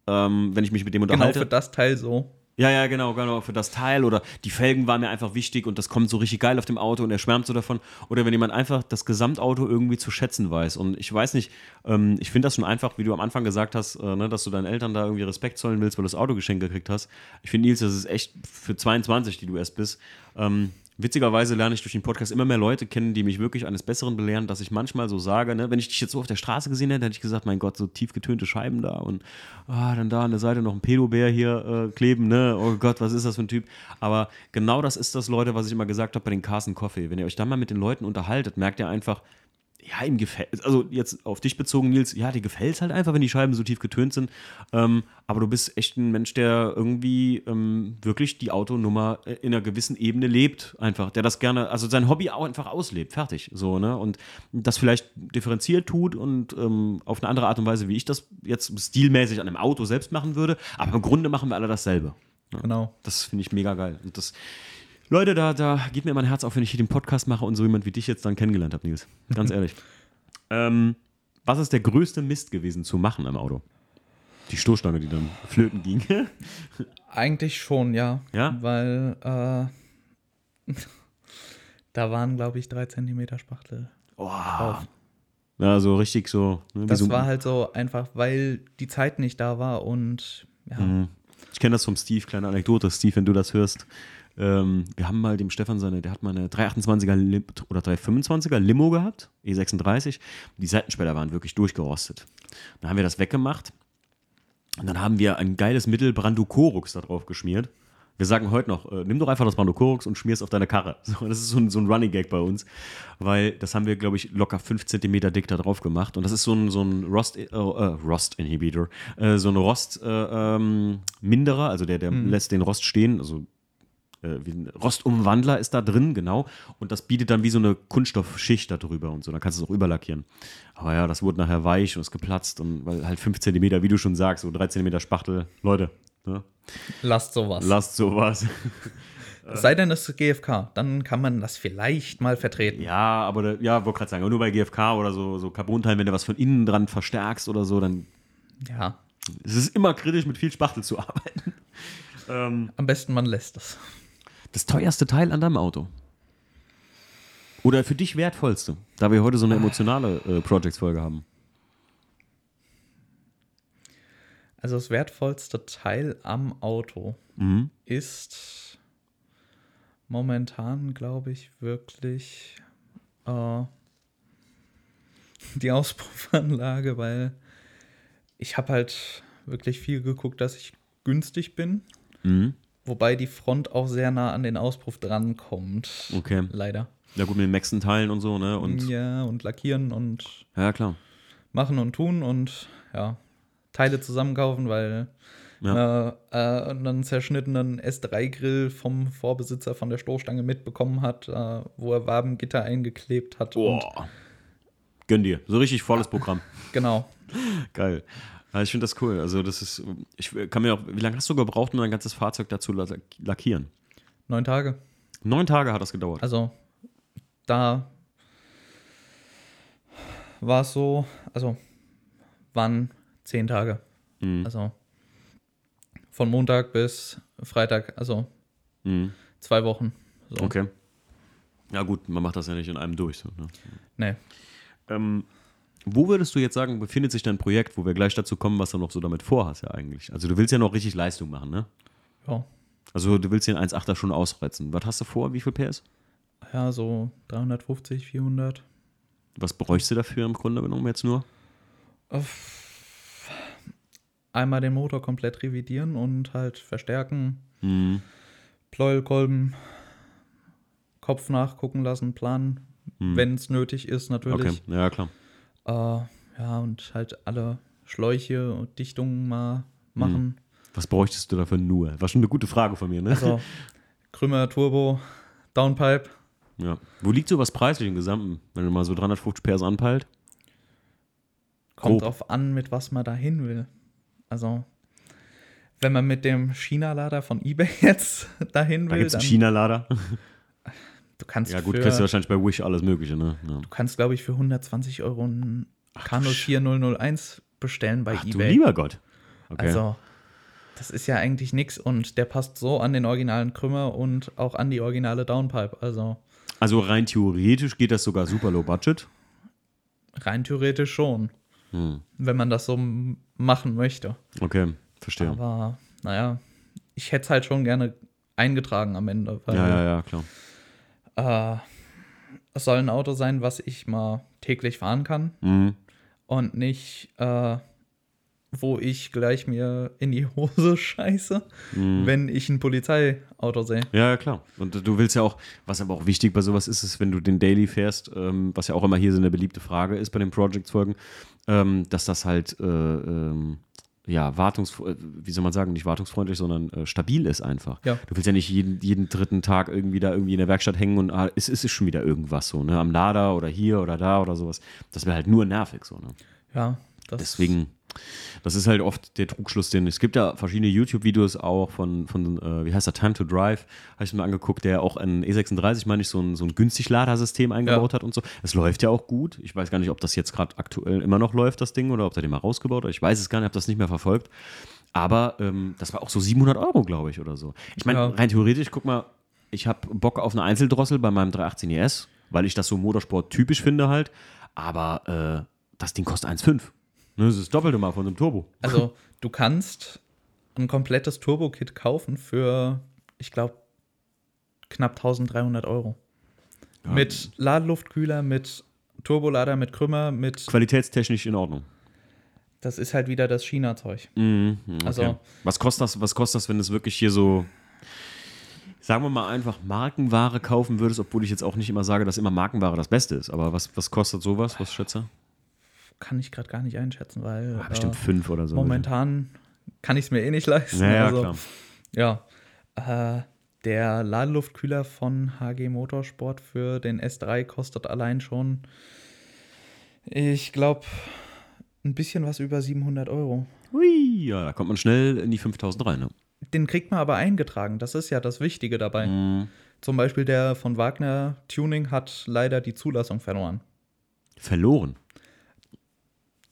A: ähm, wenn ich mich mit dem
B: Genau
A: unterhalte.
B: für das Teil so.
A: ja, ja, genau, genau, für das Teil oder die Felgen waren mir einfach wichtig und das kommt so richtig geil auf dem Auto und er schwärmt so davon. Oder wenn jemand einfach das Gesamtauto irgendwie zu schätzen weiß. Und ich weiß nicht, ähm, ich finde das schon einfach, wie du am Anfang gesagt hast, äh, ne, dass du deinen Eltern da irgendwie Respekt zollen willst, weil du das Auto geschenkt gekriegt hast. Ich finde, Nils, das ist echt für 22, die du erst bist. Ähm, witzigerweise lerne ich durch den Podcast immer mehr Leute kennen, die mich wirklich eines Besseren belehren, dass ich manchmal so sage, ne, wenn ich dich jetzt so auf der Straße gesehen hätte, hätte ich gesagt, mein Gott, so tief getönte Scheiben da und ah, dann da an der Seite noch ein Pedobär hier äh, kleben, ne? Oh Gott, was ist das für ein Typ? Aber genau das ist das, Leute, was ich immer gesagt habe bei den Carson Coffee. Wenn ihr euch da mal mit den Leuten unterhaltet, merkt ihr einfach, ja, ihm gefällt, also jetzt auf dich bezogen, Nils, ja, dir gefällt es halt einfach, wenn die Scheiben so tief getönt sind. Ähm, aber du bist echt ein Mensch, der irgendwie ähm, wirklich die Autonummer äh, in einer gewissen Ebene lebt, einfach, der das gerne, also sein Hobby auch einfach auslebt, fertig, so, ne? Und das vielleicht differenziert tut und ähm, auf eine andere Art und Weise, wie ich das jetzt stilmäßig an einem Auto selbst machen würde. Aber im Grunde machen wir alle dasselbe.
B: Genau.
A: Das finde ich mega geil. Und das, Leute, da, da geht mir mein Herz auf, wenn ich hier den Podcast mache und so jemand wie dich jetzt dann kennengelernt habe, Nils. Ganz ehrlich. ähm, was ist der größte Mist gewesen zu machen am Auto? Die Stoßstange, die dann flöten ging.
B: Eigentlich schon, ja.
A: Ja?
B: Weil äh, da waren, glaube ich, drei Zentimeter Spachtel.
A: oh. Ja, so richtig so. Ne, wie
B: Das
A: so
B: war halt so einfach, weil die Zeit nicht da war und ja,
A: Mhm. Ich kenne das vom Steve, kleine Anekdote, Steve, wenn du das hörst. Ähm, wir haben mal dem Stefan seine, der hat mal eine 328er Lim oder 325er Limo gehabt, E36. Die Seitenspender waren wirklich durchgerostet. Dann haben wir das weggemacht und dann haben wir ein geiles Mittel Brandukorux da drauf geschmiert. Wir sagen heute noch, äh, nimm doch einfach das Brandukorux und schmier es auf deine Karre. So, das ist so ein, so ein Running Gag bei uns, weil das haben wir, glaube ich, locker 5 cm dick da drauf gemacht. Und das ist so ein, so ein Rost, äh, äh, Rost Inhibitor, äh, so ein Rost äh, ähm, Minderer, also der, der lässt den Rost stehen, also äh, wie ein Rostumwandler ist da drin, genau. Und das bietet dann wie so eine Kunststoffschicht darüber und so. Dann kannst du es auch überlackieren. Aber ja, das wurde nachher weich und ist geplatzt und weil halt 5 cm, wie du schon sagst, so 3 cm Spachtel. Leute, ne?
B: lasst sowas.
A: lasst sowas.
B: Es sei denn, es ist GFK, dann kann man das vielleicht mal vertreten.
A: Ja, aber da, ja, wollte gerade sagen, aber nur bei GFK oder so, so Carbonteilen, wenn du was von innen dran verstärkst oder so, dann
B: ja.
A: es ist immer kritisch, mit viel Spachtel zu arbeiten. ähm,
B: Am besten man lässt es.
A: das teuerste Teil an deinem Auto. Oder für dich wertvollste, da wir heute so eine emotionale äh, Projects-Folge haben.
B: Also das wertvollste Teil am Auto
A: Mhm.
B: ist momentan, glaube ich, wirklich äh, die Auspuffanlage, weil ich habe halt wirklich viel geguckt, dass ich günstig bin.
A: Mhm.
B: Wobei die Front auch sehr nah an den Auspuff drankommt.
A: Okay.
B: Leider.
A: Ja, gut, mit den Maxen-Teilen und so, ne? Und, ja.
B: ja, und lackieren und
A: klar.
B: machen und tun und ja, Teile zusammenkaufen, weil äh, äh, einen zerschnittenen S3-Grill vom Vorbesitzer von der Stoßstange mitbekommen hat, äh, wo er Wabengitter eingeklebt hat.
A: Boah. Gönn dir. So richtig volles Programm.
B: Und, genau.
A: Geil. Ja, ich finde das cool. Also, das ist, ich kann mir auch, wie lange hast du gebraucht, um dein ganzes Fahrzeug dazu lack- lackieren?
B: Neun Tage.
A: Neun Tage hat das gedauert.
B: Also da war es so, also waren zehn Tage.
A: Mhm.
B: Also von Montag bis Freitag, also
A: Mhm.
B: zwei Wochen. So.
A: Okay. Ja, gut, man macht das ja nicht in einem durch. So, ne?
B: Nee.
A: ähm, Wo würdest du jetzt sagen, befindet sich dein Projekt, wo wir gleich dazu kommen, was du noch so damit vorhast ja eigentlich? Also du willst ja noch richtig Leistung machen, ne?
B: Ja.
A: Also du willst den 1.8er schon ausreizen. Was hast du vor? Wie viel PS?
B: Ja, so 350, 400.
A: Was bräuchst du dafür im Grunde genommen jetzt nur?
B: Uff. Einmal den Motor komplett revidieren und halt verstärken,
A: Mhm.
B: Pleuelkolben, Kopf nachgucken lassen, planen,
A: Mhm.
B: wenn es nötig ist, natürlich.
A: Okay, ja klar.
B: Äh, ja, und halt alle Schläuche und Dichtungen mal machen.
A: Was bräuchtest du dafür nur? War schon eine gute Frage von mir, ne?
B: Also Krümmer, Turbo, Downpipe.
A: Ja. Wo liegt sowas preislich im Gesamten, wenn du mal so 350 PS anpeilt?
B: Kommt
A: Grob.
B: drauf an, mit was man da hin will. Also, wenn man mit dem China-Lader von eBay jetzt dahin
A: Da
B: will,
A: gibt es einen
B: dann
A: China-Lader.
B: du kannst
A: Ja, gut,
B: für,
A: kriegst du wahrscheinlich bei Wish alles Mögliche, ne? Ja.
B: du kannst, glaube ich, für 120 Euro einen Kano
A: Sch-
B: 4001 bestellen bei
A: Ach du
B: eBay.
A: lieber Gott. Okay.
B: Also, das ist ja eigentlich nix und der passt so an den originalen Krümmer und auch an die originale Downpipe. Also,
A: also rein theoretisch geht das sogar super low budget.
B: rein theoretisch schon,
A: Hm.
B: wenn man das so m- machen möchte.
A: Okay, verstehe.
B: Aber naja, ich hätte es halt schon gerne eingetragen am Ende. Weil,
A: ja, ja, ja, klar.
B: Äh, es soll ein Auto sein, was ich mal täglich fahren kann
A: Mhm.
B: und nicht, äh, wo ich gleich mir in die Hose scheiße,
A: Mhm.
B: wenn ich ein Polizeiauto sehe.
A: Ja, ja, klar. Und du willst ja auch, was aber auch wichtig bei sowas ist, ist, wenn du den Daily fährst, ähm, was ja auch immer hier so eine beliebte Frage ist bei den Project-Folgen, ähm, dass das halt, äh, ähm, ja, wartungs, äh, wie soll man sagen, nicht wartungsfreundlich, sondern äh, stabil ist einfach.
B: Ja.
A: Du willst ja nicht jeden, jeden dritten Tag irgendwie da irgendwie in der Werkstatt hängen und ah, es ist schon wieder irgendwas so, ne? Am Lader oder hier oder da oder sowas. Das wäre halt nur nervig so, ne?
B: Ja, das
A: Deswegen, das ist halt oft der Trugschluss, den es gibt ja verschiedene YouTube-Videos auch von, von äh, wie heißt der, Time to Drive, habe ich mir angeguckt, der auch ein E36, meine ich, so ein, so ein günstig Ladersystem eingebaut hat und so. Es läuft ja auch gut. Ich weiß gar nicht, ob das jetzt gerade aktuell immer noch läuft, das Ding, oder ob der den mal rausgebaut hat. Ich weiß es gar nicht, habe das nicht mehr verfolgt. Aber ähm, das war auch so 700 Euro, glaube ich, oder so. Ich meine,
B: Ja.
A: rein theoretisch, guck mal, ich habe Bock auf eine Einzeldrossel bei meinem 318 ES, weil ich das so Motorsport typisch finde halt. Aber äh, das Ding kostet 1,5. Ne, das ist das Doppelte mal von einem Turbo.
B: Also, du kannst ein komplettes Turbo-Kit kaufen für, ich glaube, knapp 1300 Euro. Mit Ladeluftkühler, mit Turbolader, mit Krümmer, mit.
A: Qualitätstechnisch in Ordnung.
B: Das ist halt wieder das China-Zeug.
A: Mhm, mhm, okay.
B: Also-
A: was kostet das, was kostet das, wenn es wirklich hier so, sagen wir mal einfach Markenware kaufen würdest, obwohl ich jetzt auch nicht immer sage, dass immer Markenware das Beste ist. Aber was, was kostet sowas, was schätze?
B: Kann ich gerade gar nicht einschätzen, weil.
A: Ah, bestimmt
B: äh,
A: fünf oder so.
B: momentan kann ich es mir eh nicht leisten.
A: Naja,
B: also,
A: klar.
B: Ja. Äh, der Ladeluftkühler von HG Motorsport für den S3 kostet allein schon, ich glaube, ein bisschen was über 700 Euro.
A: Hui, ja, da kommt man schnell in die 5000 rein. Ne?
B: Den kriegt man aber eingetragen. Das ist ja das Wichtige dabei.
A: Mhm.
B: Zum Beispiel der von Wagner Tuning hat leider die Zulassung verloren.
A: Verloren.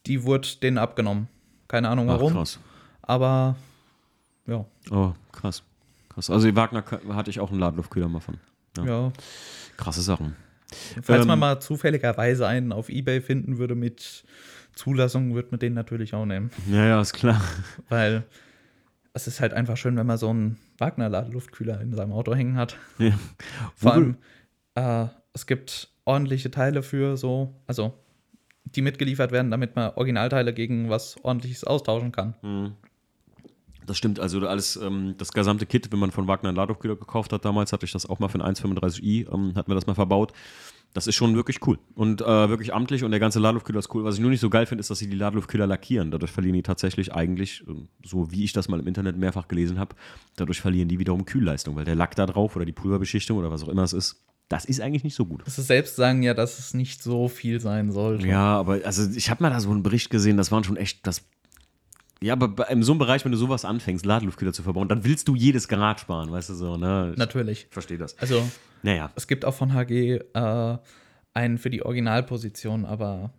B: Die wurde denen abgenommen. Keine Ahnung
A: Ach,
B: warum.
A: krass.
B: aber ja,
A: Oh, krass. Krass. Also die Wagner ka- hatte ich auch einen Ladeluftkühler mal von. Ja.
B: ja.
A: Krasse Sachen.
B: Falls
A: Ähm,
B: man mal zufälligerweise einen auf Ebay finden würde mit Zulassung, würde man den natürlich auch nehmen.
A: Ja, ja, ist klar.
B: Weil es ist halt einfach schön, wenn man so einen Wagner-Luftkühler in seinem Auto hängen hat.
A: Ja. Wo-
B: Vor allem, äh, es gibt ordentliche Teile für so, also die mitgeliefert werden, damit man Originalteile gegen was ordentliches austauschen kann.
A: Das stimmt, also alles, ähm, das gesamte Kit, wenn man von Wagner einen Ladeluftkühler gekauft hat, damals hatte ich das auch mal für einen 135i, ähm, hatten wir das mal verbaut. Das ist schon wirklich cool und äh, wirklich amtlich und der ganze Ladeluftkühler ist cool. Was ich nur nicht so geil finde, ist, dass sie die Ladeluftkühler lackieren. Dadurch verlieren die tatsächlich eigentlich, ähm, so wie ich das mal im Internet mehrfach gelesen habe, dadurch verlieren die wiederum Kühlleistung, weil der Lack da drauf oder die Pulverbeschichtung oder was auch immer es ist, das ist eigentlich nicht so gut.
B: Das ist selbst sagen ja, dass es nicht so viel sein sollte.
A: Ja, aber also ich habe mal da so einen Bericht gesehen, das waren schon echt das. Ja, aber bei- in so einem Bereich, wenn du sowas anfängst, Ladeluftkühler zu verbauen, dann willst du jedes Grad sparen, weißt du so, ne? Ich
B: Natürlich.
A: verstehe das.
B: Also
A: Naja,
B: es gibt auch von HG äh, einen für die Originalposition, aber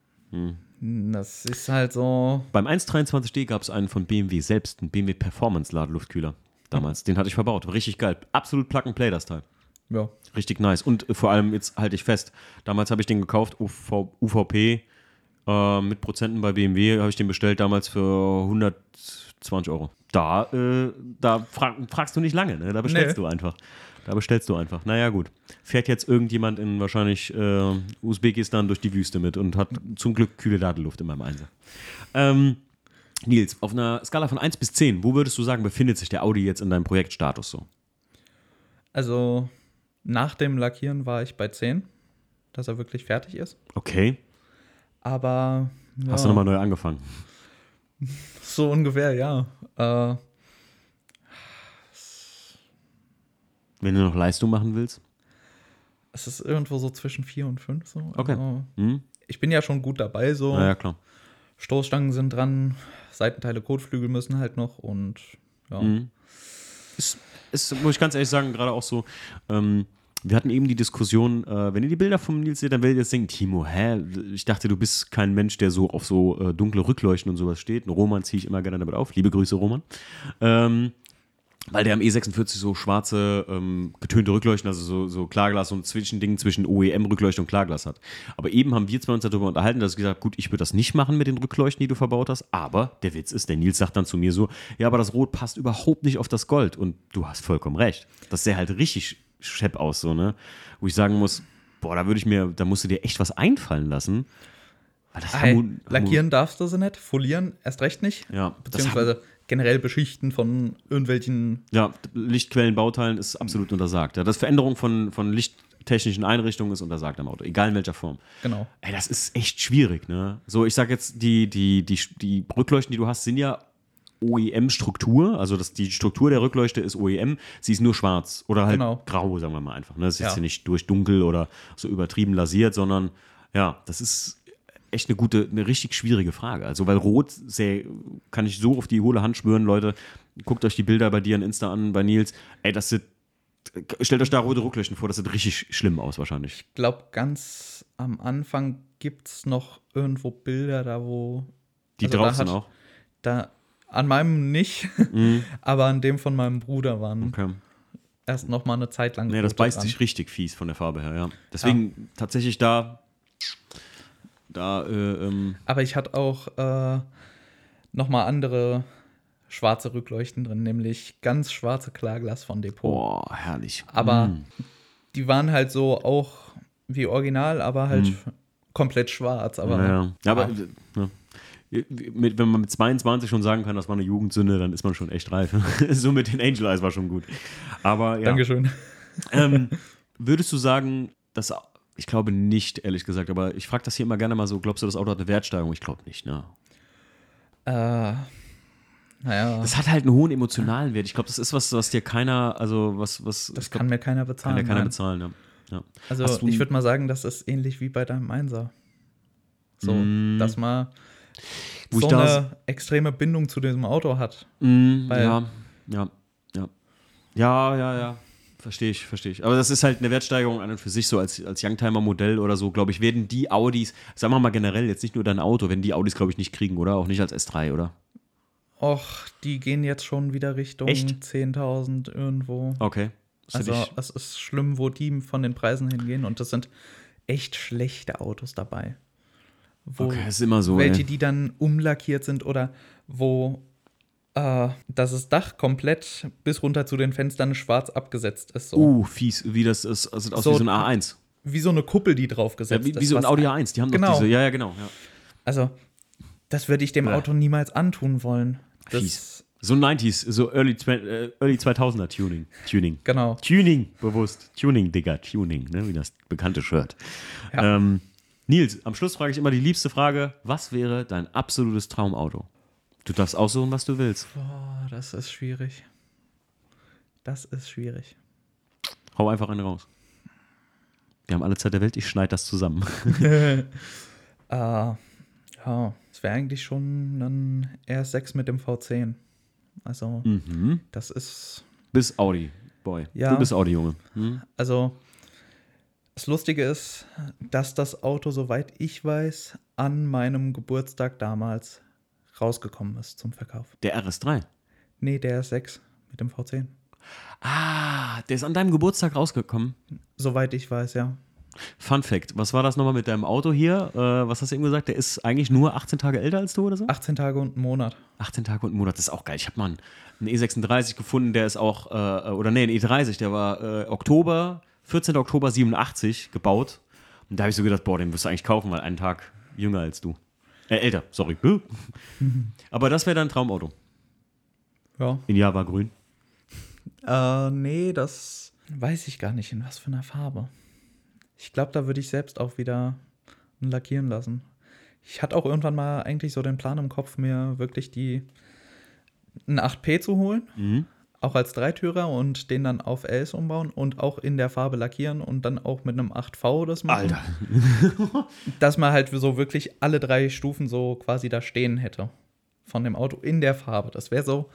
B: das ist halt so.
A: beim 123D gab es einen von BMW selbst, einen BMW Performance Ladeluftkühler damals. Den hatte ich verbaut, war richtig geil. Absolut Plug and Play das Teil.
B: Ja.
A: Richtig nice. Und äh, vor allem, jetzt halte ich fest, damals habe ich den gekauft, UV, UVP äh, mit Prozenten bei BMW habe ich den bestellt damals für 120 Euro. Da, äh, da frag, fragst du nicht lange, ne? da bestellst
B: Nee.
A: du einfach. Da bestellst du einfach. Naja, gut. Fährt jetzt irgendjemand in wahrscheinlich äh, Usbekistan durch die Wüste mit und hat zum Glück kühle Ladeluft in meinem Einsatz. Ähm, Nils, auf einer Skala von 1 bis 10, wo würdest du sagen, befindet sich der Audi jetzt in deinem Projektstatus so?
B: Also nach dem Lackieren war ich bei 10, dass er wirklich fertig ist.
A: Okay.
B: Aber ja,
A: Hast du nochmal neu angefangen?
B: so ungefähr, ja. Äh,
A: Wenn du noch Leistung machen willst?
B: es ist irgendwo so zwischen 4 und 5. So.
A: Okay.
B: Also,
A: Hm?
B: ich bin ja schon gut dabei, so.
A: Naja, klar.
B: Stoßstangen sind dran, Seitenteile, Kotflügel müssen halt noch und ja.
A: Mhm. Ist, ist, muss ich ganz ehrlich sagen, gerade auch so, ähm, wir hatten eben die Diskussion, äh, wenn ihr die Bilder von Nils seht, dann werdet ihr jetzt denken, Timo, hä? Ich dachte, du bist kein Mensch, der so auf so äh, dunkle Rückleuchten und sowas steht. Einen Roman ziehe ich immer gerne damit auf. Liebe Grüße, Roman. Ähm, weil der am E46 so schwarze, ähm, getönte Rückleuchten, also so, so Klarglas, so ein Zwischending zwischen OEM-Rückleuchten und Klarglas hat. Aber eben haben wir zwei uns darüber unterhalten, dass ich gesagt habe, gut, ich würde das nicht machen mit den Rückleuchten, die du verbaut hast, aber der Witz ist, der Nils sagt dann zu mir so, ja, aber das Rot passt überhaupt nicht auf das Gold und du hast vollkommen recht. Das sähe halt richtig schepp aus, so, ne? Wo ich sagen muss, boah, da würde ich mir, da musst du dir echt was einfallen lassen. Weil das
B: Ah, Hey,
A: harmon-
B: lackieren darfst du sie nicht, folieren erst recht nicht.
A: Ja, das
B: Beziehungsweise generell beschichten von irgendwelchen.
A: Ja, Lichtquellen, Bauteilen ist absolut untersagt. Ja, das Veränderung von, von lichttechnischen Einrichtungen ist untersagt am Auto, egal in welcher Form.
B: Genau.
A: Ey, das ist echt schwierig, ne? So, ich sag jetzt, die, die, die, die Rückleuchten, die du hast, sind ja OEM-Struktur. Also das, die Struktur der Rückleuchte ist OEM, sie ist nur schwarz oder halt
B: Genau.
A: grau, sagen wir mal einfach. Ne? Das ist jetzt
B: Ja.
A: hier nicht durchdunkel oder so übertrieben lasiert, sondern ja, das ist echt eine gute, eine richtig schwierige Frage. Also, weil Rot sehr, kann ich so auf die hohle Hand schwören, Leute, guckt euch die Bilder bei dir in Insta an, bei Nils. Ey, das sieht, stellt euch da rote Rückleuchten vor, das sieht richtig schlimm aus wahrscheinlich.
B: Ich glaube, ganz am Anfang gibt es noch irgendwo Bilder da, wo.
A: Die
B: also
A: drauf
B: da
A: sind
B: hat-
A: auch.
B: Da, an meinem nicht, aber an dem von meinem Bruder waren
A: Mhm. Okay.
B: erst noch mal eine Zeit lang.
A: Nee, das
B: Fotos
A: beißt
B: an.
A: sich richtig fies von der Farbe her, ja. Deswegen tatsächlich da. Da, äh, ähm,
B: Aber ich hatte auch äh, noch mal andere schwarze Rückleuchten drin, nämlich ganz schwarze Klarglas von Depot.
A: boah, herrlich.
B: Aber
A: Mm.
B: die waren halt so auch wie original, aber halt komplett schwarz. Aber
A: Mhm. ja, ja. ja, aber
B: Ah,
A: äh, ja. Mit, wenn man mit 22 schon sagen kann, das war eine Jugendsünde, dann ist man schon echt reif. so mit den Angel Eyes war schon gut. Aber ja.
B: Dankeschön.
A: Ähm, würdest du sagen, dass. Ich glaube nicht, ehrlich gesagt, aber ich frage das hier immer gerne mal so: Glaubst du, das Auto hat eine Wertsteigerung? Ich glaube nicht, ne?
B: Äh, naja, das,
A: Das hat halt einen hohen emotionalen Wert. Ich glaube, das ist was, was dir keiner, also was, was. ich glaub,
B: kann mir keiner bezahlen. ne?
A: Kann ja keiner
B: Ah, nein.
A: bezahlen, ja. ja. Hast
B: Also
A: du-
B: ich würde mal sagen, das ist ähnlich wie bei deinem Einser. So,
A: Mm.
B: dass man
A: Wo
B: so
A: ich da
B: eine extreme Bindung zu diesem Auto hat.
A: Mm,
B: Weil-
A: ja, ja, ja. Ja, ja, ja. Verstehe ich, verstehe ich. Aber das ist halt eine Wertsteigerung an und für sich so als, als Youngtimer-Modell oder so, glaube ich, werden die Audis, sagen wir mal generell, jetzt nicht nur dein Auto, werden die Audis, glaube ich, nicht kriegen, oder? Auch nicht als S3, oder?
B: Och, die gehen jetzt schon wieder Richtung
A: Echt?
B: 10.000 irgendwo.
A: Okay. Das hätte
B: Also
A: ich,
B: es ist schlimm, wo die von den Preisen hingehen. Und das sind echt schlechte Autos dabei. Wo
A: okay, das ist immer so.
B: oh, welche,
A: ey.
B: die dann umlackiert sind oder wo äh, dass das Dach komplett bis runter zu den Fenstern schwarz abgesetzt ist. So.
A: Uh, fies, wie das ist. Also aus
B: So-
A: wie so ein A1.
B: Wie so eine Kuppel, die
A: Ja,
B: draufgesetzt
A: wie, wie
B: ist.
A: so ein
B: was-
A: Audi A1. Die haben
B: Genau.
A: doch diese. Ja, ja, genau. Ja.
B: Also, das würde ich dem
A: Bäh.
B: Auto niemals antun wollen. Das,
A: Fies. So 90s, so Early, 20, äh, early 2000er Tuning. Tuning.
B: Genau.
A: Tuning, bewusst. Tuning, Digga, Tuning, ne? wie das bekannte Shirt.
B: Ja.
A: Ähm, Nils, am Schluss frage ich immer die liebste Frage: Was wäre dein absolutes Traumauto? Du darfst aussuchen, was du willst.
B: Boah, das ist schwierig. Das ist schwierig.
A: Hau einfach einen raus. Wir haben alle Zeit der Welt, ich schneide das zusammen.
B: Äh, ja, es wäre eigentlich schon ein R6 mit dem V10. Also,
A: Mhm.
B: das ist
A: Bis Audi, Boy.
B: Ja.
A: Du bist Audi, Junge. Mhm.
B: Also, das Lustige ist, dass das Auto, soweit ich weiß, an meinem Geburtstag damals rausgekommen ist zum Verkauf.
A: Der RS3.
B: Nee, der ist 6 mit dem V10.
A: Ah, der ist an deinem Geburtstag rausgekommen.
B: Soweit ich weiß, ja.
A: Fun Fact: Was war das nochmal mit deinem Auto hier? Äh, was hast du eben gesagt? Der ist eigentlich nur 18 Tage älter als du oder so?
B: 18 Tage und einen Monat.
A: 18 Tage und einen Monat, das ist auch geil. Ich habe mal einen, einen E36 gefunden, der ist auch, äh, oder nee, einen E30, der war äh, Oktober, 14. Oktober 87 gebaut. Und da habe ich so gedacht, boah, den wirst du eigentlich kaufen, weil einen Tag jünger als du. Äh, älter, sorry. Aber das wäre dein Traumauto.
B: Ja.
A: In Java grün.
B: Äh, nee, das weiß ich gar nicht, in was für einer Farbe. Ich glaube, da würde ich selbst auch wieder lackieren lassen. Ich hatte auch irgendwann mal eigentlich so den Plan im Kopf, mir wirklich die ein 8P zu holen,
A: Mhm.
B: auch als Dreitürer und den dann auf LS umbauen und auch in der Farbe lackieren und dann auch mit einem 8V das machen.
A: Alter.
B: Dass man halt so wirklich alle drei Stufen so quasi da stehen hätte von dem Auto in der Farbe. Das wäre so,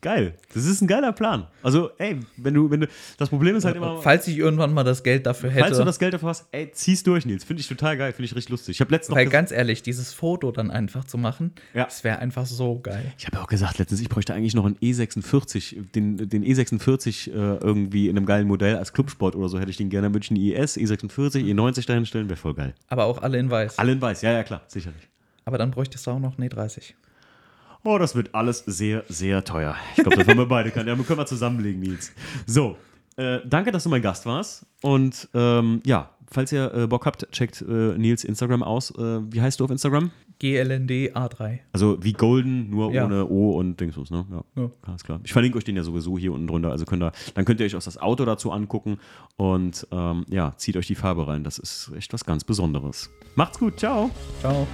A: Geil. Das ist ein geiler Plan. Also, ey, wenn du, wenn du, das Problem ist halt immer,
B: falls ich irgendwann mal das Geld dafür hätte.
A: falls du das Geld dafür hast, ey, zieh's durch, Nils. Finde ich total geil, finde ich richtig lustig. Ich habe letztens noch
B: Weil
A: ges-
B: ganz ehrlich, dieses Foto dann einfach zu machen,
A: Ja.
B: das wäre einfach so geil.
A: Ich habe ja auch gesagt letztens, ich bräuchte eigentlich noch einen E46, den, den E46 äh, irgendwie in einem geilen Modell als Clubsport oder so hätte ich den gerne. Dann würde ich einen E IS, E46, E90 dahin stellen, wäre voll geil.
B: Aber auch alle in weiß.
A: Alle in weiß, ja, ja, klar, sicherlich.
B: Aber dann bräuchtest du auch noch, nee, 30.
A: Oh, das wird alles sehr, sehr teuer. Ich glaube, das haben wir beide. Kann, ja, können wir zusammenlegen, Nils. So, äh, danke, dass du mein Gast warst. Und ähm, ja, falls ihr äh, Bock habt, checkt äh, Nils Instagram aus. Äh, wie heißt du auf Instagram?
B: GLND A3.
A: Also wie Golden, nur
B: Ja.
A: ohne O und Dingsbums, ne? Ja.
B: Ja.
A: Alles klar. Ich verlinke euch den ja sowieso hier unten drunter. Also könnt ihr, dann könnt ihr euch auch das Auto dazu angucken und ähm, ja, zieht euch die Farbe rein. Das ist echt was ganz Besonderes. Macht's gut, ciao.
B: Ciao.